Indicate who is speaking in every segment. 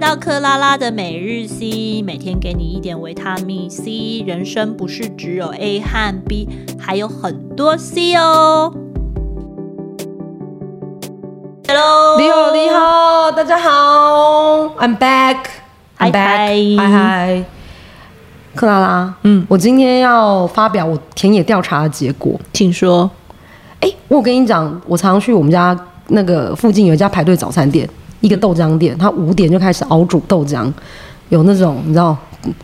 Speaker 1: 到克拉拉的每日 C，每天给你一点维他命 C。人生不是只有 A 和 B，还有很多 C 哦。Hello，
Speaker 2: 你好，你，好，大家好，I'm back，I'm
Speaker 1: 嗨嗨
Speaker 2: back，嗨嗨，克拉拉，嗯，我今天要发表我田野调查的结果。
Speaker 1: 请说。
Speaker 2: 哎、我跟你讲，我常去我们家那个附近有一家排队早餐店，一个豆浆店，它五点就开始熬煮豆浆，有那种你知道，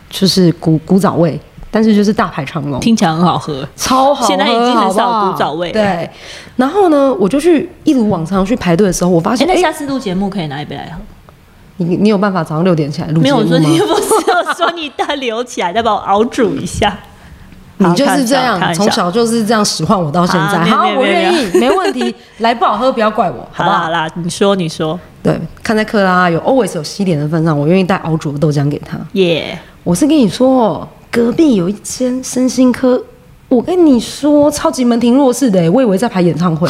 Speaker 2: 就是古古早味，但是就是大排长龙。
Speaker 1: 听起来很好喝，
Speaker 2: 超好喝，
Speaker 1: 现在已经很少
Speaker 2: 好不好
Speaker 1: 古早味了
Speaker 2: 对，然后呢，我就去一如往常去排队的时候，我发
Speaker 1: 哎、
Speaker 2: 现，哎、
Speaker 1: 那下次录节目可以拿一杯来喝。
Speaker 2: 你你有办法早上六点起来录
Speaker 1: 没
Speaker 2: 节
Speaker 1: 有，
Speaker 2: 目
Speaker 1: 我说
Speaker 2: 吗？
Speaker 1: 你不是，我说你再留起来，再把我熬煮一下。
Speaker 2: 你就是这
Speaker 1: 好看
Speaker 2: 样，
Speaker 1: 一下
Speaker 2: 从小就是这样使唤我到现在。
Speaker 1: 啊没有
Speaker 2: 好
Speaker 1: 没，有
Speaker 2: 我
Speaker 1: 没有
Speaker 2: 愿意，没问 题。来不好喝不要怪我，好
Speaker 1: 好
Speaker 2: 不
Speaker 1: 啦好
Speaker 2: 好？
Speaker 1: 啦，你说你说，
Speaker 2: 对，看在克拉拉啊有 always 有西点的份上，我愿意带哦熬煮的豆浆给她。
Speaker 1: 耶、
Speaker 2: 我是跟你说哦，隔壁有一间身心科，我跟你说，超级门庭若市的，我以为在排演 唱会，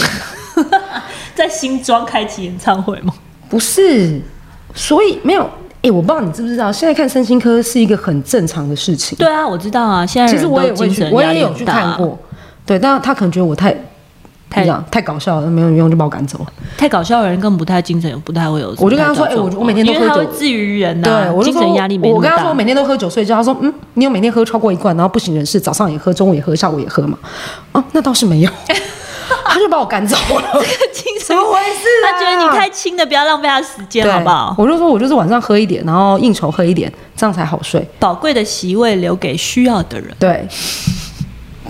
Speaker 1: 在新庄开启演唱会吗？
Speaker 2: 不是。所以没有，哎、我不知道你知不知道，现在看身心科是一个很正常的事情。
Speaker 1: 对啊，我知道啊。现在
Speaker 2: 其实
Speaker 1: 人
Speaker 2: 我
Speaker 1: 都
Speaker 2: 也会
Speaker 1: 精
Speaker 2: 去，
Speaker 1: 神
Speaker 2: 我
Speaker 1: 压
Speaker 2: 也
Speaker 1: 力
Speaker 2: 有
Speaker 1: 很
Speaker 2: 去
Speaker 1: 大
Speaker 2: 看
Speaker 1: 啊，
Speaker 2: 过。对，但他可能觉得我太
Speaker 1: 太
Speaker 2: 太太搞笑了，没有用就把我赶走了。
Speaker 1: 太搞笑的人根本不太精神，不太会有。
Speaker 2: 我就跟他说
Speaker 1: 哎、
Speaker 2: 哎我我每天都
Speaker 1: 因为他
Speaker 2: 喝
Speaker 1: 会
Speaker 2: 酒
Speaker 1: 自娱人呐、
Speaker 2: 对，我就
Speaker 1: 精
Speaker 2: 说
Speaker 1: 神压力没那
Speaker 2: 我
Speaker 1: 么
Speaker 2: 跟他说
Speaker 1: 大
Speaker 2: 我。每天都喝酒睡觉，他说嗯，你有每天喝超过一罐，然后不省人事，早上也喝，中午也喝，下午也喝嘛？哦、那倒是 没有，他就把我赶走了。
Speaker 1: 精
Speaker 2: 怎
Speaker 1: 神，
Speaker 2: 么回事、啊？
Speaker 1: 他觉得你太轻的，不要浪费他时间，
Speaker 2: 对
Speaker 1: 好不好？
Speaker 2: 我就说我就是晚上喝一点，然后应酬喝一点，这样才好睡。
Speaker 1: 宝贵的席位留给需要的人。
Speaker 2: 对。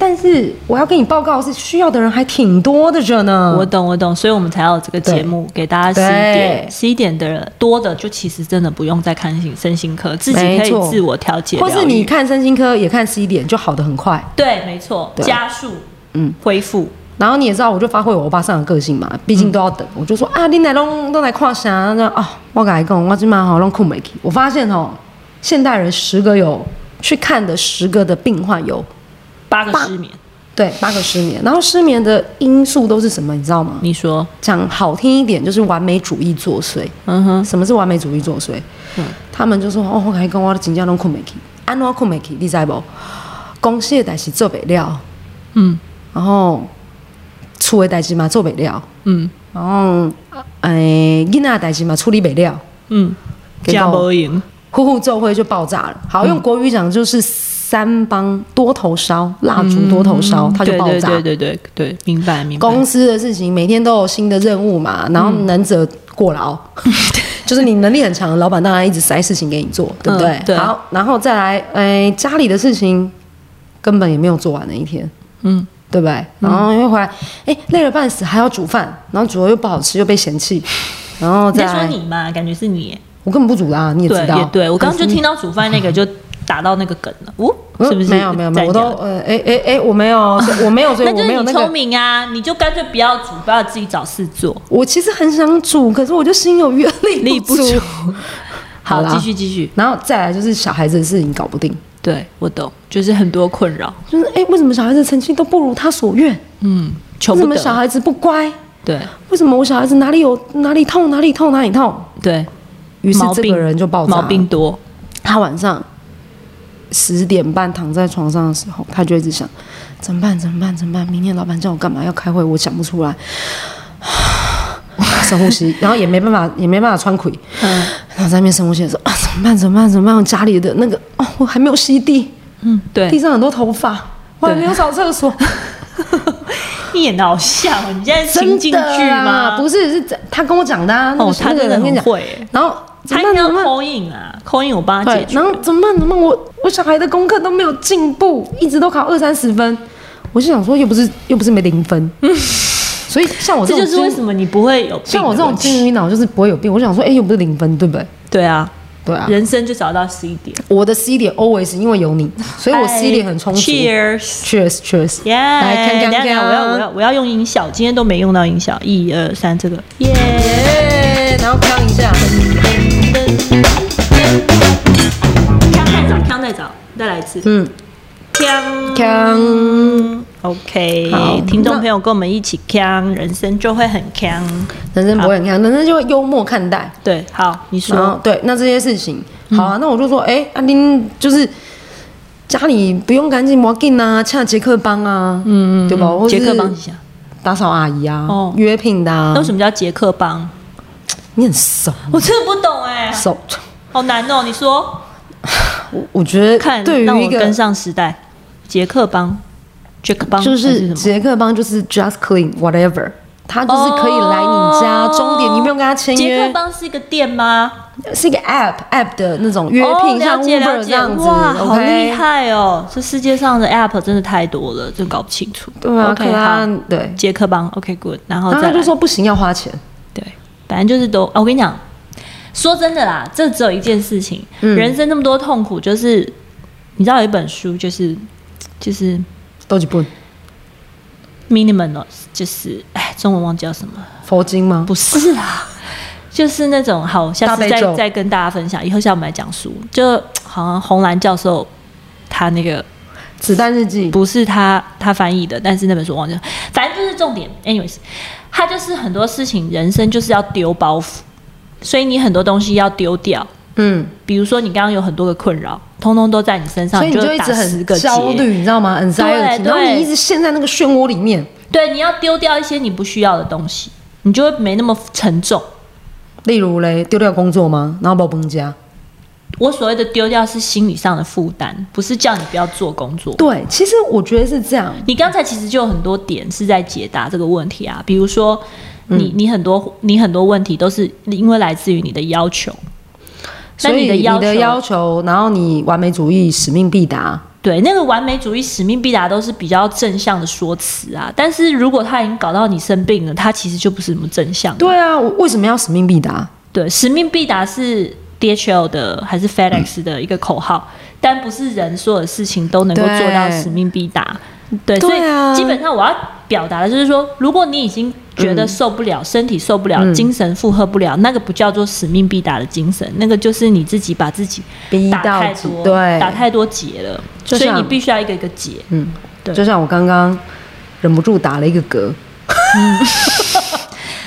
Speaker 2: 但是我要跟你报告，是需要的人还挺多的着呢。
Speaker 1: 我懂，我懂，所以我们才有这个节目给大家十一点，
Speaker 2: 对
Speaker 1: 十一点的人多的就其实真的不用再看心身心科，自己可
Speaker 2: 没
Speaker 1: 以
Speaker 2: 错
Speaker 1: 自我调节疗
Speaker 2: 或
Speaker 1: 愈，
Speaker 2: 是你看身心科也看 C 点，就好的很快。
Speaker 1: 对，没错，
Speaker 2: 对
Speaker 1: 加速
Speaker 2: 嗯
Speaker 1: 恢复，
Speaker 2: 然后你也知道，我就发挥我欧巴桑的个性嘛，毕竟都要等。我就说啊，你来拢都来看啥？那哦，我跟你讲，我今晚好拢困没去。我发现哦，现代人十个有去看的十个的病患有
Speaker 1: 八个
Speaker 2: 八
Speaker 1: 失眠。
Speaker 2: 对八个失眠，然后失眠的因素都是什么？你知道吗？
Speaker 1: 你说，
Speaker 2: 讲好听一点，就是完美主义作祟。
Speaker 1: 嗯哼，
Speaker 2: 什么是完美主义作祟？
Speaker 1: 嗯
Speaker 2: 他们就说哦，我跟你讲，我的真正拢困没去，安怎困没去？你知不？公司的代志做不了，
Speaker 1: 嗯
Speaker 2: 然后厝的代志嘛做不了。
Speaker 1: 嗯
Speaker 2: 然后，诶、囡仔的代志嘛处理不了，
Speaker 1: 嗯，
Speaker 2: 给
Speaker 1: 加
Speaker 2: 到
Speaker 1: 波赢，
Speaker 2: 呼呼咒会就爆炸了。好，
Speaker 1: 嗯
Speaker 2: 用国语讲就是三帮多头烧，蜡烛多头烧，它就爆炸。
Speaker 1: 嗯对对对对对对，明白明白。
Speaker 2: 公司的事情每天都有新的任务
Speaker 1: 嗯
Speaker 2: 嘛，然后能者过劳， 就是你能力很强，老板当然一直塞事情给你做，对不对？
Speaker 1: 嗯对
Speaker 2: 好，然后再来，诶、家里的事情根本也没有做完的一天。
Speaker 1: 嗯，
Speaker 2: 对不对？然后又回来，哎、累了半死，还要煮饭，然后煮了又不好吃，又被嫌弃，然后
Speaker 1: 你
Speaker 2: 再
Speaker 1: 在
Speaker 2: 来
Speaker 1: 说你嘛，感觉是你耶，
Speaker 2: 我根本不煮啦、你也
Speaker 1: 对
Speaker 2: 知道
Speaker 1: 也。对，我刚刚就
Speaker 2: 可是
Speaker 1: 听到煮饭那个就打到那个梗了，哦，
Speaker 2: 嗯
Speaker 1: 是不是？
Speaker 2: 没有没有没有，我都
Speaker 1: 在讲
Speaker 2: 呃哎哎哎，我没有，所以我没有，所 以
Speaker 1: 那
Speaker 2: 我没
Speaker 1: 就是
Speaker 2: 有那
Speaker 1: 你聪
Speaker 2: 个。
Speaker 1: 明啊，你就干脆不要煮，不要自己找事做。
Speaker 2: 我其实很想煮，可是我就心有余而
Speaker 1: 力
Speaker 2: 力
Speaker 1: 不
Speaker 2: 不
Speaker 1: 足
Speaker 2: 足。
Speaker 1: 好，
Speaker 2: 啦
Speaker 1: 继。续继续。
Speaker 2: 然后再来就是小孩子的事情搞不定，
Speaker 1: 对我懂，就是很多困扰，
Speaker 2: 就是哎、为什么小孩子的成绩都不如他所愿？
Speaker 1: 嗯，求
Speaker 2: 为什
Speaker 1: 不
Speaker 2: 么小
Speaker 1: 得。
Speaker 2: 孩子不乖？
Speaker 1: 对
Speaker 2: 为什么我小孩子哪里有哪里痛哪里痛哪里痛？
Speaker 1: 对，
Speaker 2: 于是
Speaker 1: 毛
Speaker 2: 这
Speaker 1: 病
Speaker 2: 个人就爆炸
Speaker 1: 毛
Speaker 2: 了。
Speaker 1: 病多，
Speaker 2: 他晚上十点半躺在床上的时候，他就一直想怎么办？怎么办？怎么办？明天老板叫我干嘛？要开会，我想不出来。 深呼吸，然后也没办法，也没办法穿裤，
Speaker 1: 嗯
Speaker 2: 然后在那边深呼吸的时候啊，怎么办？怎么办？怎么办？我家里的那个哦，我还没有吸地，
Speaker 1: 嗯，
Speaker 2: 地
Speaker 1: 对，
Speaker 2: 上很多头发，我还没有扫厕所，
Speaker 1: 你演的好像哦，你现在是 情
Speaker 2: 真
Speaker 1: 景
Speaker 2: 的啊
Speaker 1: 剧吗？
Speaker 2: 不是，是真他跟我讲的啊，那个
Speaker 1: 哦，他
Speaker 2: 那个
Speaker 1: 真的
Speaker 2: 人跟你
Speaker 1: 很
Speaker 2: 讲，
Speaker 1: 会耶，
Speaker 2: 然后怎
Speaker 1: 他
Speaker 2: 么
Speaker 1: 应该
Speaker 2: 办？怎
Speaker 1: 要
Speaker 2: 么办？
Speaker 1: 扣印啊，扣印我帮他解
Speaker 2: 对，
Speaker 1: 决
Speaker 2: 然。后怎么办？怎么办？我我小孩的功课都没有进步，一直都考二三十分。我就想说，又不是又不是没零 分，所以像我这
Speaker 1: 这
Speaker 2: 种
Speaker 1: 就是为
Speaker 2: 金
Speaker 1: 什么你不会有病
Speaker 2: 像我这
Speaker 1: 的
Speaker 2: 种
Speaker 1: 问题
Speaker 2: 金鱼脑就是不会有病。我想说，哎、又不是零分，对不对？
Speaker 1: 对啊，
Speaker 2: 对啊，
Speaker 1: 人生就找到 C 点，
Speaker 2: 我的 C 点 always 因为有你，所以我 C 点很充足。
Speaker 1: 哎 Cheers。
Speaker 2: Cheers, cheers！
Speaker 1: 耶！
Speaker 2: 来看看
Speaker 1: 等一下等一下
Speaker 2: 看
Speaker 1: 我要我要我要用音效，今天都没用到音效。一二三，这个耶！
Speaker 2: 耶，然后看一下，
Speaker 1: 腔太早，腔太早，再来一次。
Speaker 2: 嗯，
Speaker 1: 锵嗯
Speaker 2: 锵
Speaker 1: OK，
Speaker 2: 好
Speaker 1: 听众
Speaker 2: 那
Speaker 1: 朋友跟我们一起锵，人生就会很锵。
Speaker 2: 人生不会很看，人生就会幽默看待。
Speaker 1: 对，好，你
Speaker 2: 然
Speaker 1: 说
Speaker 2: 后对，那这些事情，
Speaker 1: 嗯
Speaker 2: 好啊，那我就说，哎、阿丁就是家里不用干净，摩进啊，恰杰克帮啊，嗯对吧？或
Speaker 1: 杰克
Speaker 2: 是
Speaker 1: 帮一下，
Speaker 2: 打扫阿姨啊，
Speaker 1: 哦
Speaker 2: 约聘的啊
Speaker 1: 那为，什么叫杰克帮？
Speaker 2: 你很熟
Speaker 1: 我真的不懂哎，
Speaker 2: 熟，
Speaker 1: 好难哦。你说，
Speaker 2: 我我觉得
Speaker 1: 看
Speaker 2: 对
Speaker 1: 让
Speaker 2: 于
Speaker 1: 我
Speaker 2: 一
Speaker 1: 跟
Speaker 2: 个
Speaker 1: 上时代，杰克帮，Jack 帮
Speaker 2: 就
Speaker 1: 还
Speaker 2: 是
Speaker 1: 什么？
Speaker 2: 杰克帮就是 just clean whatever，他就是可以来你家
Speaker 1: 哦
Speaker 2: 终点，你不用跟他签
Speaker 1: 杰克
Speaker 2: 约，
Speaker 1: 帮是一个店吗？
Speaker 2: 是一个 app app 的那种约
Speaker 1: 哦
Speaker 2: 聘，像
Speaker 1: 了解了
Speaker 2: Uber 这
Speaker 1: 解
Speaker 2: 样子
Speaker 1: 哇，好厉
Speaker 2: ，OK。
Speaker 1: 害哦！这世界上的 App 真的太多了，真搞不清楚。
Speaker 2: 对啊，
Speaker 1: OK，
Speaker 2: 克
Speaker 1: 好，
Speaker 2: 拉对，
Speaker 1: 杰克帮，OK good，然后
Speaker 2: 然后
Speaker 1: 再
Speaker 2: 他就
Speaker 1: 来
Speaker 2: 说不行，要花钱。
Speaker 1: 对，反正就是都，啊我跟你讲，说真的啦，这只有一件事情，
Speaker 2: 嗯
Speaker 1: 人生那么多痛苦，就是你知道有一本书，就是就是
Speaker 2: 都几本
Speaker 1: minimal，就是哎，中文忘记叫什么，
Speaker 2: 佛经吗？
Speaker 1: 不是啦，就是那种好，下
Speaker 2: 大
Speaker 1: 次
Speaker 2: 悲
Speaker 1: 再
Speaker 2: 咒
Speaker 1: 再跟大家分享，以后下午我们来讲书，就好像红蓝教授他那个
Speaker 2: 子弹日记
Speaker 1: 不是他他翻译的，但是那本书我忘记了，反正就是重点。anyways，他就是很多事情，人生就是要丢包袱，所以你很多东西要丢掉。
Speaker 2: 嗯，
Speaker 1: 比如说你刚刚有很多个困扰，通通都在你身上，
Speaker 2: 所以你
Speaker 1: 就
Speaker 2: 就一
Speaker 1: 打
Speaker 2: 直
Speaker 1: 十个
Speaker 2: 很
Speaker 1: 结。
Speaker 2: 焦虑，你知道吗？anxiety，
Speaker 1: 对
Speaker 2: 然后
Speaker 1: 对
Speaker 2: 你一直陷在那个漩涡里面，
Speaker 1: 对，你要丢掉一些你不需要的东西，你就会没那么沉重。
Speaker 2: 例如嘞，丢掉工作吗？然后把我崩家。
Speaker 1: 我所谓的丢掉是心理上的负担，不是叫你不要做工作。
Speaker 2: 对，其实我觉得是这样，
Speaker 1: 你刚才其实就有很多点是在解答这个问题啊，比如说
Speaker 2: 嗯
Speaker 1: 你你很多你很多问题都是因为来自于你的要求，那
Speaker 2: 所以
Speaker 1: 你的要求
Speaker 2: 你的要求，然后你完美主义，使命必达。
Speaker 1: 对那个完美主义、使命必达都是比较正向的说辞啊。但是如果他已经搞到你生病了，他其实就不是什么正向的。
Speaker 2: 对啊，我为什么要使命必达？
Speaker 1: 对，使命必达是 DHL 的还
Speaker 2: 嗯
Speaker 1: 是 E FedEx 的一个口号，但不是人所有事情都能够
Speaker 2: 对
Speaker 1: 做到使命必达。对，所以
Speaker 2: 对啊
Speaker 1: 基本上我要表达的就是说，如果你已经觉得受不
Speaker 2: 嗯
Speaker 1: 了，身体受不了，精神负荷不了，那个不叫做使命必达的精神，那个就是你自己把自己
Speaker 2: 逼
Speaker 1: 打
Speaker 2: 到
Speaker 1: 太
Speaker 2: 极
Speaker 1: 多，
Speaker 2: 对，
Speaker 1: 打太多结了，
Speaker 2: 就
Speaker 1: 所以你
Speaker 2: 像
Speaker 1: 必须要一个一个结。
Speaker 2: 嗯
Speaker 1: 对，
Speaker 2: 就像我刚刚忍不住打了一个嗝。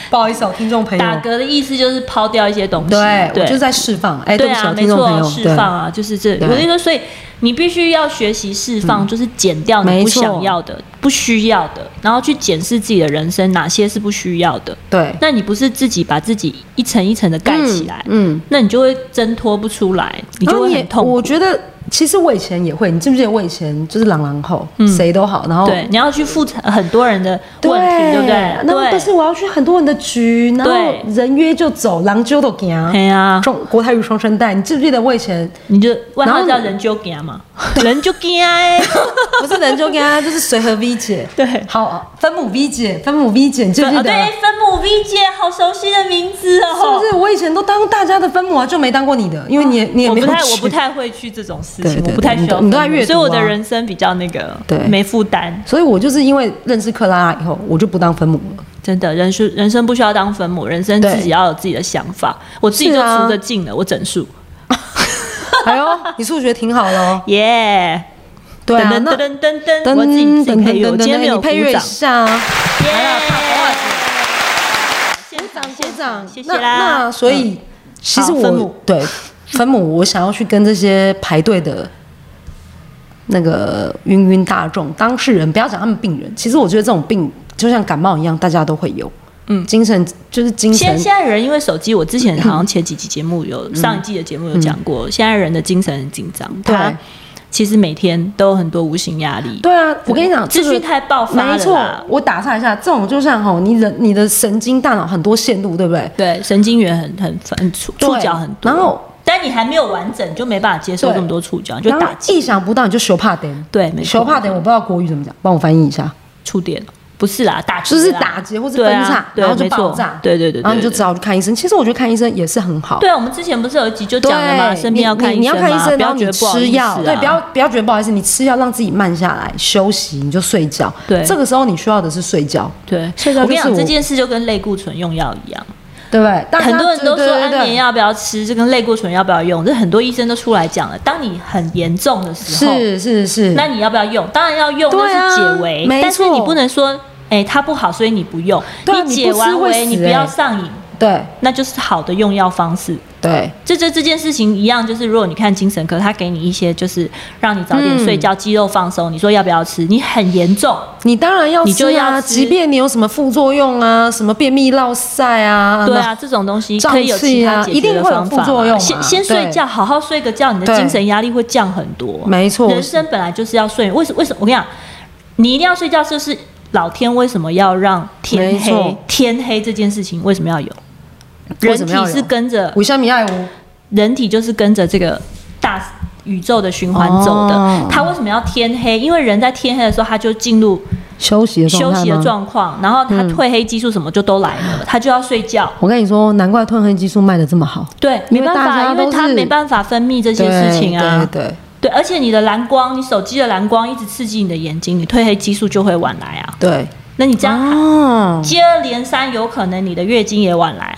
Speaker 2: 不好意思哦，听众朋
Speaker 1: 嗯打嗝的意思就是抛掉一些东西，
Speaker 2: 对，我
Speaker 1: 对
Speaker 2: 就是在释放。哎，
Speaker 1: 对
Speaker 2: 不起
Speaker 1: 啊，
Speaker 2: 哦，
Speaker 1: 没
Speaker 2: 听众朋
Speaker 1: 错，
Speaker 2: 友，
Speaker 1: 释
Speaker 2: 对
Speaker 1: 放啊，就是这。
Speaker 2: 对
Speaker 1: 我跟你说，所以你必须要学习释放，就是减掉你
Speaker 2: 没
Speaker 1: 不
Speaker 2: 错
Speaker 1: 想要的、不需要的，然后去检视自己的人生哪些是不需要的。
Speaker 2: 对，
Speaker 1: 那你不是自己把自己一层一层的盖起来，
Speaker 2: 嗯。嗯
Speaker 1: 那你就会挣脱不出来，你
Speaker 2: 然
Speaker 1: 就
Speaker 2: 后
Speaker 1: 会
Speaker 2: 你也
Speaker 1: 很痛苦。
Speaker 2: 我觉得其实我以前也会，你记不记得我以前就是朗朗后，谁都好，然后
Speaker 1: 嗯对，你要去负责很多人的
Speaker 2: 对
Speaker 1: 问题，对不对？
Speaker 2: 那但是
Speaker 1: 对，
Speaker 2: 我要去很多人的局，然
Speaker 1: 对
Speaker 2: 后人约就走，狼揪都
Speaker 1: 哎
Speaker 2: 行。
Speaker 1: 呀，
Speaker 2: 中国台语双声带，你记不记得我以前
Speaker 1: 你就外
Speaker 2: 然后
Speaker 1: 号
Speaker 2: 你
Speaker 1: 叫人就惊啊嘛，人就惊哎，
Speaker 2: 不是人就 跟他就是随和 V 姐，
Speaker 1: 对
Speaker 2: 好分母 V 姐，分母 V 姐，你记不记
Speaker 1: 啊
Speaker 2: 得？
Speaker 1: 对，分母 V 姐，好熟悉的名字哦，
Speaker 2: 是不是？我以前都当大家的分母啊，就没当过你的，因为你也你也
Speaker 1: 我
Speaker 2: 没
Speaker 1: 不
Speaker 2: 有
Speaker 1: 太我
Speaker 2: 去
Speaker 1: 不太会去这种事
Speaker 2: 对
Speaker 1: 情，
Speaker 2: 对
Speaker 1: 我不太需要
Speaker 2: 对你都你都在阅读啊
Speaker 1: 所以我的人生比较那个
Speaker 2: 对
Speaker 1: 没负担，
Speaker 2: 所以我就是因为认识克拉拉以后，我就不当分母 了。
Speaker 1: 真的人生人生不需要当分母，人生
Speaker 2: 对
Speaker 1: 自己要有自己的想法，我自己就是
Speaker 2: 啊
Speaker 1: 出的进了，我整数
Speaker 2: 哎呦，你数学挺好的哦。
Speaker 1: 耶，
Speaker 2: 对
Speaker 1: 噔
Speaker 2: 啊，
Speaker 1: 噔
Speaker 2: 那
Speaker 1: 噔噔噔，
Speaker 2: 噔
Speaker 1: 我自己自己
Speaker 2: 噔
Speaker 1: 配乐，我
Speaker 2: 噔
Speaker 1: 今天没有
Speaker 2: 你
Speaker 1: 鼓
Speaker 2: 配乐一
Speaker 1: 掌，
Speaker 2: 下啊，
Speaker 1: 耶
Speaker 2: 来了啪
Speaker 1: 现场
Speaker 2: 鼓掌，
Speaker 1: 谢谢
Speaker 2: 那
Speaker 1: 啦，嗯
Speaker 2: 那所以其实
Speaker 1: 好分母
Speaker 2: 我对分母，我想要去跟这些排队的。那个芸芸大众当事人，不要讲他们病人。其实我觉得这种病就像感冒一样，大家都会有。嗯，精神就是精
Speaker 1: 现在
Speaker 2: 神
Speaker 1: 现在人因为手机，我之前好像前几集节目有、上一季的节目有讲过，现在人的精神很紧张，
Speaker 2: 嗯对
Speaker 1: 他其实每天都有很多无形压力。
Speaker 2: 对啊，我跟你讲，
Speaker 1: 资
Speaker 2: 这
Speaker 1: 讯
Speaker 2: 个
Speaker 1: 太爆哦发了
Speaker 2: 没错
Speaker 1: 啦，
Speaker 2: 我打岔一下，这种就像吼，你人你的神经大脑很多线路，对不对？
Speaker 1: 对，神经元很很很触
Speaker 2: 对
Speaker 1: 触角很多，
Speaker 2: 然后
Speaker 1: 但你还没有完整，就没办法接受
Speaker 2: 对
Speaker 1: 这么多触角，你就
Speaker 2: 然后
Speaker 1: 打击。
Speaker 2: 意想不到你就羞怕点，
Speaker 1: 对，没
Speaker 2: 羞
Speaker 1: 错，
Speaker 2: 怕点，我不知道国语怎么讲，帮我翻译一下，
Speaker 1: 触电不是啦，打击
Speaker 2: 就是
Speaker 1: 啦
Speaker 2: 打结或是
Speaker 1: 对
Speaker 2: 分
Speaker 1: 啊
Speaker 2: 叉，
Speaker 1: 对
Speaker 2: 然后就
Speaker 1: 没错
Speaker 2: 爆炸，
Speaker 1: 对对对对
Speaker 2: 然后你就
Speaker 1: 对
Speaker 2: 只好去看医生。其实我觉得看医生也是很好。
Speaker 1: 对啊，我们之前不是有一集就
Speaker 2: 对
Speaker 1: 讲了嘛，生病要看
Speaker 2: 你你你要
Speaker 1: 嘛
Speaker 2: 看医生，
Speaker 1: 不
Speaker 2: 然
Speaker 1: 要
Speaker 2: 后
Speaker 1: 觉
Speaker 2: 你
Speaker 1: 得不好
Speaker 2: 吃
Speaker 1: 意思啊
Speaker 2: 药，对，不要不要觉得不好意思，你吃药让自己慢下来休息，你就睡觉。
Speaker 1: 对
Speaker 2: 这个时候你需要的是睡觉。
Speaker 1: 对，
Speaker 2: 睡觉
Speaker 1: 我跟你
Speaker 2: 就是
Speaker 1: 讲，
Speaker 2: 我
Speaker 1: 这件事就跟类固醇用药一样。
Speaker 2: 对不对？大家
Speaker 1: 很多人都
Speaker 2: 对
Speaker 1: 说
Speaker 2: 对对
Speaker 1: 安
Speaker 2: 对
Speaker 1: 眠药不要吃，这跟类固醇要不要用，这很多医生都出来讲了。当你很严重的时候，
Speaker 2: 是是是，
Speaker 1: 那你要不要用？当然要用，
Speaker 2: 嗯对啊
Speaker 1: 那是解围。
Speaker 2: 没错
Speaker 1: 但是你不能说，哎、它不好，所以你不用。
Speaker 2: 对啊
Speaker 1: 你解
Speaker 2: 你
Speaker 1: 完
Speaker 2: 不吃会
Speaker 1: 围，
Speaker 2: 死
Speaker 1: 你不要上瘾，
Speaker 2: 对
Speaker 1: 那就是好的用药方式。
Speaker 2: 对
Speaker 1: 这这这件事情一样，就是如果你看精神科，他给你一些就是让你早点
Speaker 2: 嗯
Speaker 1: 睡觉、肌肉放松，你说要不要吃？你很严重，
Speaker 2: 你当然要
Speaker 1: 你
Speaker 2: 吃
Speaker 1: 就
Speaker 2: 啊，
Speaker 1: 要吃
Speaker 2: 即便你有什么副作用啊，什么便秘、落晒啊，
Speaker 1: 对
Speaker 2: 那
Speaker 1: 啊，这种东西
Speaker 2: 胀
Speaker 1: 可以有其他
Speaker 2: 气啊
Speaker 1: 解决的方
Speaker 2: 一定会有
Speaker 1: 法
Speaker 2: 副作
Speaker 1: 嘛。
Speaker 2: 用嘛
Speaker 1: 先先睡
Speaker 2: 对
Speaker 1: 觉，好好睡个觉，你的
Speaker 2: 对
Speaker 1: 精神压力会降很多。
Speaker 2: 没错，
Speaker 1: 人生本来就是要睡，为什为什么？我跟你讲，你一定要睡觉，就是老天为什么要让天
Speaker 2: 没错
Speaker 1: 黑？天黑这件事情为什么要有？
Speaker 2: 为
Speaker 1: 人
Speaker 2: 什么
Speaker 1: 体
Speaker 2: 要有
Speaker 1: 是跟着
Speaker 2: 为什么爱无？
Speaker 1: 人体就是跟着这个大宇宙的循环走的。
Speaker 2: 哦
Speaker 1: 它为什么要天黑？因为人在天黑的时候，他就进入
Speaker 2: 休息的状
Speaker 1: 休
Speaker 2: 态
Speaker 1: 息的
Speaker 2: 吗
Speaker 1: 状况，然后
Speaker 2: 嗯
Speaker 1: 他褪黑激素什么就都来了，他就要睡觉。
Speaker 2: 我跟你说，难怪褪黑激素卖的这么好，
Speaker 1: 对，没
Speaker 2: 因为
Speaker 1: 办
Speaker 2: 大
Speaker 1: 法，
Speaker 2: 家
Speaker 1: 因
Speaker 2: 都
Speaker 1: 为他
Speaker 2: 是
Speaker 1: 没办法分泌这
Speaker 2: 这
Speaker 1: 些事情啊。
Speaker 2: 对对
Speaker 1: 对，而且你的蓝光，你手机的蓝光一直刺激你的眼睛，你褪黑激素就会晚来啊。
Speaker 2: 对，
Speaker 1: 那你这样、
Speaker 2: 哦，
Speaker 1: 接二连三，有可能你的月经也晚来，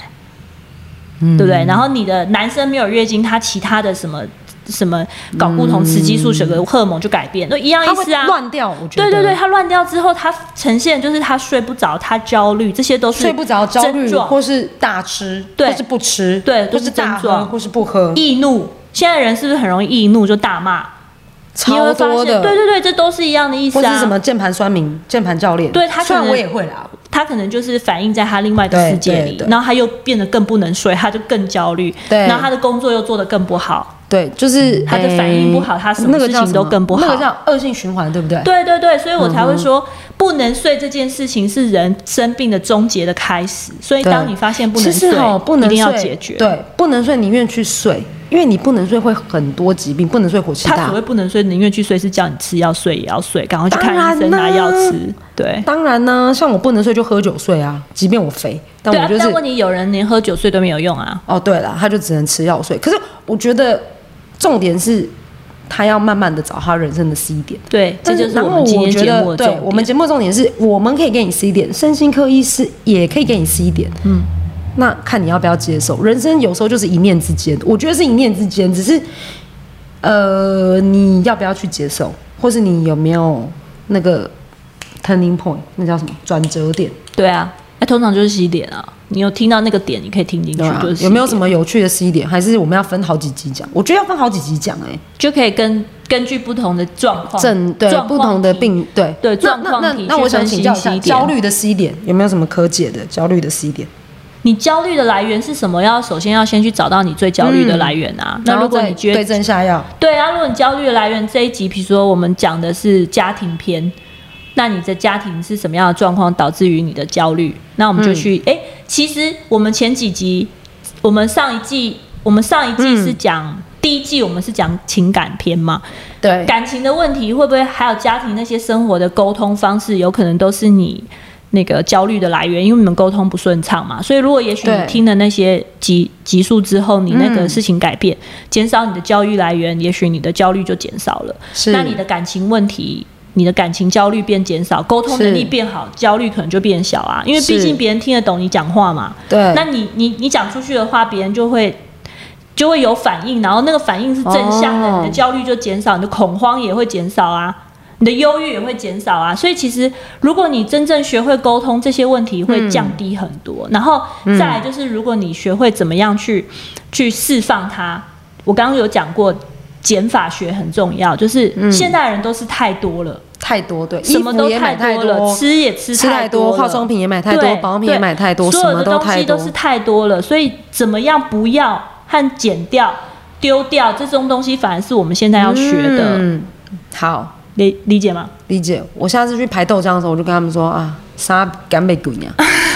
Speaker 2: 嗯
Speaker 1: 对不对？然后你的男生没有月经，他其他的什么什么睾固酮、雌激素、血个荷尔蒙就改变，都一样
Speaker 2: 它
Speaker 1: 意
Speaker 2: 会
Speaker 1: 思啊。
Speaker 2: 乱掉，我觉得
Speaker 1: 对对对，，他乱掉之后，他呈现就是他睡不着，他焦虑，这些都是
Speaker 2: 睡不着、焦虑
Speaker 1: 症状
Speaker 2: 或是大吃，
Speaker 1: 对
Speaker 2: 或是不吃，
Speaker 1: 对
Speaker 2: 或
Speaker 1: 都
Speaker 2: 是
Speaker 1: 是
Speaker 2: 大
Speaker 1: 症
Speaker 2: 喝，
Speaker 1: 状
Speaker 2: 或是不喝，
Speaker 1: 易怒。现在人是不是很容易易怒就大骂？你有没
Speaker 2: 超
Speaker 1: 有发
Speaker 2: 多
Speaker 1: 现
Speaker 2: 的，
Speaker 1: 对对对，这都是一样的意
Speaker 2: 或
Speaker 1: 思啊。
Speaker 2: 是什么键盘酸民、键盘教练，
Speaker 1: 对他可能
Speaker 2: 虽然我也会啦，
Speaker 1: 他可能就是反映在他另外一个世界
Speaker 2: 对对
Speaker 1: 里
Speaker 2: 对，
Speaker 1: 然后他又变得更不能睡，他就更焦虑，
Speaker 2: 对
Speaker 1: 然后他的工作又做得更不好。
Speaker 2: 对，就是
Speaker 1: 嗯他的
Speaker 2: 诶
Speaker 1: 反应不好他什么
Speaker 2: 那个叫
Speaker 1: 事情都
Speaker 2: 什么
Speaker 1: 更不好
Speaker 2: 那个叫恶性循环，对不对？
Speaker 1: 对对对，所以我才会
Speaker 2: 嗯
Speaker 1: 说，不能睡这件事情是人生病的终结的开始。所以
Speaker 2: 对
Speaker 1: 当你发现不
Speaker 2: 其
Speaker 1: 能
Speaker 2: 实
Speaker 1: 睡，
Speaker 2: 哈，不能
Speaker 1: 一
Speaker 2: 睡
Speaker 1: 定要解决。
Speaker 2: 对，不能睡，宁愿去睡，因为你不能睡会很多疾病，不能睡火气
Speaker 1: 他
Speaker 2: 大
Speaker 1: 所。谓不能睡，宁愿去睡，是叫你吃药睡也要睡，赶快去看医生
Speaker 2: 当然啦
Speaker 1: 拿药吃。对。
Speaker 2: 当然呢，像我不能睡就喝酒睡啊，即便我肥，但
Speaker 1: 对
Speaker 2: 我
Speaker 1: 啊
Speaker 2: 就，是
Speaker 1: 但问题有人连喝酒睡都没有用啊。
Speaker 2: 哦，对了，他就只能吃药睡。可是我觉得重点是，他要慢慢的找他人生的 C 点。
Speaker 1: 对，这
Speaker 2: 但
Speaker 1: 就是
Speaker 2: 然
Speaker 1: 我
Speaker 2: 后
Speaker 1: 们今天
Speaker 2: 觉
Speaker 1: 节目的
Speaker 2: 得，对
Speaker 1: 重
Speaker 2: 我们
Speaker 1: 点。
Speaker 2: 节目的重点是，我们可以给你 C 点，身心科医师也可以给你 C 点，嗯，那看你要不要接受。人生有时候就是一念之间，我觉得是一念之间，只是呃，你要不要去接受，或是你有没有那个 turning point，那叫什么转折点，
Speaker 1: 对啊，那通常就是西点啊。你有听到那个点，你可以听进去
Speaker 2: 对吧，？啊
Speaker 1: 就是
Speaker 2: 有没有
Speaker 1: 西点
Speaker 2: 什么有趣的 C 点？还是我们要分好几集讲？我觉得要分好几集讲、欸，
Speaker 1: 就可以根根据不同的状况、
Speaker 2: 症对
Speaker 1: 状
Speaker 2: 不
Speaker 1: 况
Speaker 2: 同的
Speaker 1: 提
Speaker 2: 病对
Speaker 1: 对
Speaker 2: 那
Speaker 1: 状
Speaker 2: 那那
Speaker 1: 况体
Speaker 2: 那
Speaker 1: 去
Speaker 2: 我想
Speaker 1: 分析
Speaker 2: 请教一下，
Speaker 1: 西点
Speaker 2: 焦虑的 C 点有没有什么可解的焦虑的 C 点？
Speaker 1: 你焦虑的来源是什么？要首先要先去找到你最焦虑的来源啊。那
Speaker 2: 嗯然后
Speaker 1: 如果
Speaker 2: 再
Speaker 1: 你觉
Speaker 2: 对
Speaker 1: 得
Speaker 2: 症下药，
Speaker 1: 对啊，如果你焦虑的来源这一集，比如说我们讲的是家庭篇，那你的家庭是什么样的状况导致于你的焦虑？那我们就
Speaker 2: 嗯
Speaker 1: 去哎、其实我们前几集，我们上一季，我们上一
Speaker 2: 嗯
Speaker 1: 季是讲、第一季，我们是讲情感篇嘛。
Speaker 2: 对
Speaker 1: 感情的问题会不会还有家庭那些生活的沟通方式，有可能都是你那个焦虑的来源，因为你们沟通不顺畅嘛。所以如果也许你
Speaker 2: 对
Speaker 1: 听了那些集集数之后，你那个事情改变，减少你的焦虑来源，也许你的焦虑就减少了。
Speaker 2: 是
Speaker 1: 那你的感情问题。你的感情焦虑变减少，沟通能力
Speaker 2: 是
Speaker 1: 变好，焦虑可能就变小啊，因为毕
Speaker 2: 是
Speaker 1: 竟别人听得懂你讲话嘛。
Speaker 2: 对
Speaker 1: 那你你你讲出去的话，别人就会就会有反应，然后那个反应是正向的，
Speaker 2: 哦
Speaker 1: 你的焦虑就减少，你的恐慌也会减少啊，你的忧郁也会减少啊。所以其实如果你真正学会沟通，这些问题会降低很
Speaker 2: 嗯
Speaker 1: 多。然后再来就是，如果你学会怎么样去去释放它，我刚刚有讲过。减法学很重要，就是现代人都是太多了，
Speaker 2: 太多对，
Speaker 1: 什么
Speaker 2: 嗯衣服
Speaker 1: 都
Speaker 2: 也买太
Speaker 1: 多了，吃也吃
Speaker 2: 吃太
Speaker 1: 多
Speaker 2: 多，
Speaker 1: 了
Speaker 2: 化妆品也买太多
Speaker 1: 对，
Speaker 2: 保养品也
Speaker 1: 对
Speaker 2: 买太多，什
Speaker 1: 所有
Speaker 2: 么
Speaker 1: 的东
Speaker 2: 太
Speaker 1: 西
Speaker 2: 多
Speaker 1: 都，是太多了，所以怎么样不要和减掉、丢掉这种东西，反而是我们现在要学的，
Speaker 2: 嗯，好。
Speaker 1: 理理解吗？
Speaker 2: 理解，我下次去排豆浆的时候，我就跟他们说啊，啥干贝滚呀？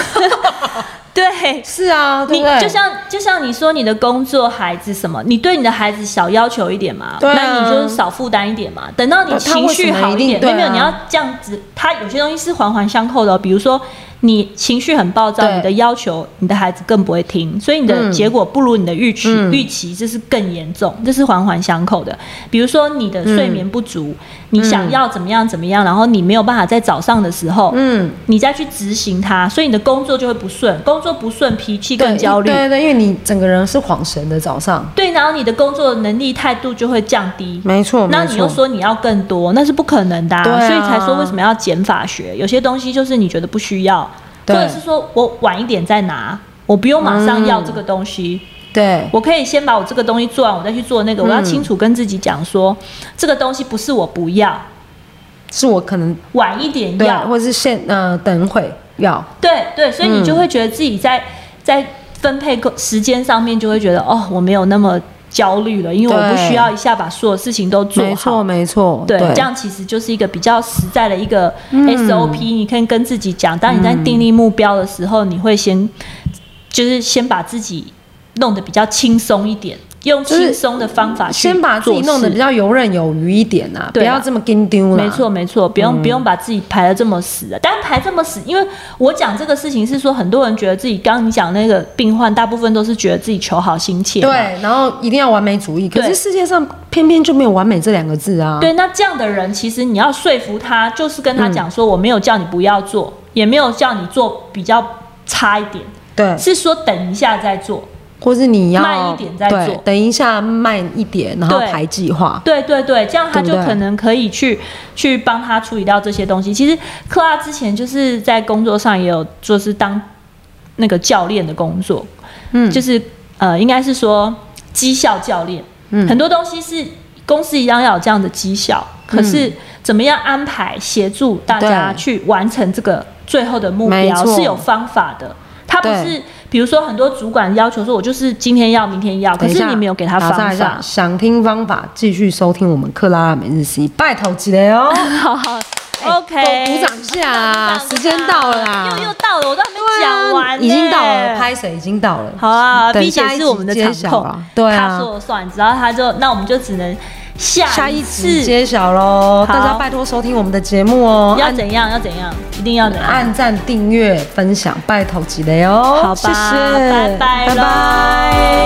Speaker 1: 对。
Speaker 2: 是啊，对
Speaker 1: 你
Speaker 2: 不对？
Speaker 1: 就像就像你说你的工作、孩子什么，你对你的孩子少要求一点嘛，
Speaker 2: 对啊
Speaker 1: 那你就是少负担一点嘛。等到你
Speaker 2: 那他
Speaker 1: 情绪好
Speaker 2: 为什么一定
Speaker 1: 点，
Speaker 2: 对啊
Speaker 1: 没有你要这样子，他有些东西是环环相扣的哦、比如说你情绪很暴躁，
Speaker 2: 对
Speaker 1: 你的要求，你的孩子更不会听，所以你的
Speaker 2: 嗯
Speaker 1: 结果不如你的预期，
Speaker 2: 嗯
Speaker 1: 预期这是更严重，这是环环相扣的。比如说你的
Speaker 2: 嗯
Speaker 1: 睡眠不足，你想要怎么样怎么样，然后你没有办法在早上的时候，
Speaker 2: 嗯，
Speaker 1: 你再去执行它，所以你的工作就会不顺，工作不顺，脾气更焦虑
Speaker 2: 对。对对，因为你整个人是恍神的早上，
Speaker 1: 对，然后你的工作能力态度就会降低，
Speaker 2: 没错
Speaker 1: 那你又，说你要更多，那是不可能的、
Speaker 2: 对啊
Speaker 1: 所以才说为什么要减法学？有些东西就是你觉得不需要，或
Speaker 2: 对
Speaker 1: 者是说我晚一点再拿，我不用马上要这个东
Speaker 2: 嗯
Speaker 1: 西，
Speaker 2: 对
Speaker 1: 我可以先把我这个东西做完，我再去做那个。我要清楚跟自己讲说，这个东西不是我不要，
Speaker 2: 是我可能
Speaker 1: 晚一点
Speaker 2: 对，
Speaker 1: 要，
Speaker 2: 或者是现呃等会要，
Speaker 1: 对对，所以你就
Speaker 2: 嗯
Speaker 1: 会觉得自己在、在分配工时间上面就会觉得哦，我没有那么焦虑了，因为我不
Speaker 2: 对
Speaker 1: 需要一下把所有事情都做
Speaker 2: 没
Speaker 1: 好
Speaker 2: 错。没错，
Speaker 1: 对，这样其实就是一个比较实在的一个
Speaker 2: 嗯
Speaker 1: SOP，、你可以跟自己讲，当你在订立目标的时候，你会先就是先把自己弄得比较轻松一点，用
Speaker 2: 就是
Speaker 1: 轻松的方法去
Speaker 2: 先把自己
Speaker 1: 做
Speaker 2: 弄得
Speaker 1: 事
Speaker 2: 比较游刃有余一点啊，不
Speaker 1: 对啊
Speaker 2: 要这么跟丢了，
Speaker 1: 没错，没错，不用、不用把自己排的这么死啊。但排这么死，因为我讲这个事情是说，很多人觉得自己，刚刚你讲那个病患，大部分都是觉得自己求好心切嘛。
Speaker 2: 对，啊然后一定要完美主义，可是
Speaker 1: 对
Speaker 2: 世界上偏偏就没有完美这两个字啊，
Speaker 1: 对，那这样的人，其实你要说服他，就是跟他讲说，我没有叫你不要做，也没有叫你做比较差一点，
Speaker 2: 对，
Speaker 1: 是说等一下再做。
Speaker 2: 或是你要
Speaker 1: 慢一点再
Speaker 2: 对
Speaker 1: 做
Speaker 2: 等一下慢一点，然后
Speaker 1: 对
Speaker 2: 排计划，
Speaker 1: 对对对，这样他
Speaker 2: 对
Speaker 1: 就
Speaker 2: 不对
Speaker 1: 可能可以去去帮他处理掉这些东西。其实克拉之前就是在工作上也有就是当那个教练的工作，
Speaker 2: 嗯
Speaker 1: 就是呃，应该是说绩效教练，
Speaker 2: 嗯
Speaker 1: 很多东西是公司一样要有这样的绩效，可是怎么样安排协助大家
Speaker 2: 嗯对
Speaker 1: 去完成这个最后的目
Speaker 2: 没
Speaker 1: 标
Speaker 2: 错
Speaker 1: 是有方法的。他不
Speaker 2: 对
Speaker 1: 是，比如说很多主管要求说，我就是今天要，明天要，可
Speaker 2: 等一
Speaker 1: 是
Speaker 2: 下
Speaker 1: 你没有给他
Speaker 2: 打
Speaker 1: 方
Speaker 2: 岔一下
Speaker 1: 法。
Speaker 2: 想听方法，继续收听我们克拉拉每日 C，拜托起来哦。
Speaker 1: 好好
Speaker 2: 哎
Speaker 1: ，OK，
Speaker 2: 给我鼓掌一下啊，
Speaker 1: 鼓掌
Speaker 2: 时间到了啦，
Speaker 1: 又又到了，我都还没
Speaker 2: 对啊
Speaker 1: 讲完呢、
Speaker 2: 已经到了，拍谁已经到了。
Speaker 1: 好啊
Speaker 2: 等
Speaker 1: ，B 姐
Speaker 2: 下一
Speaker 1: 是
Speaker 2: 集
Speaker 1: 我们的
Speaker 2: 揭
Speaker 1: 场
Speaker 2: 晓
Speaker 1: 控
Speaker 2: 啊，对啊
Speaker 1: 她说了算，然后她就那我们就只能下
Speaker 2: 下一
Speaker 1: 一
Speaker 2: 集
Speaker 1: 次
Speaker 2: 揭晓喽，
Speaker 1: 好
Speaker 2: 大家拜托收听我们的节目哦，
Speaker 1: 要
Speaker 2: 按
Speaker 1: 怎样要怎样，一定要怎样。
Speaker 2: 按赞、订阅、分享，拜托几雷哦，
Speaker 1: 好吧，
Speaker 2: 谢谢，
Speaker 1: 拜拜
Speaker 2: 拜
Speaker 1: 喽
Speaker 2: 拜。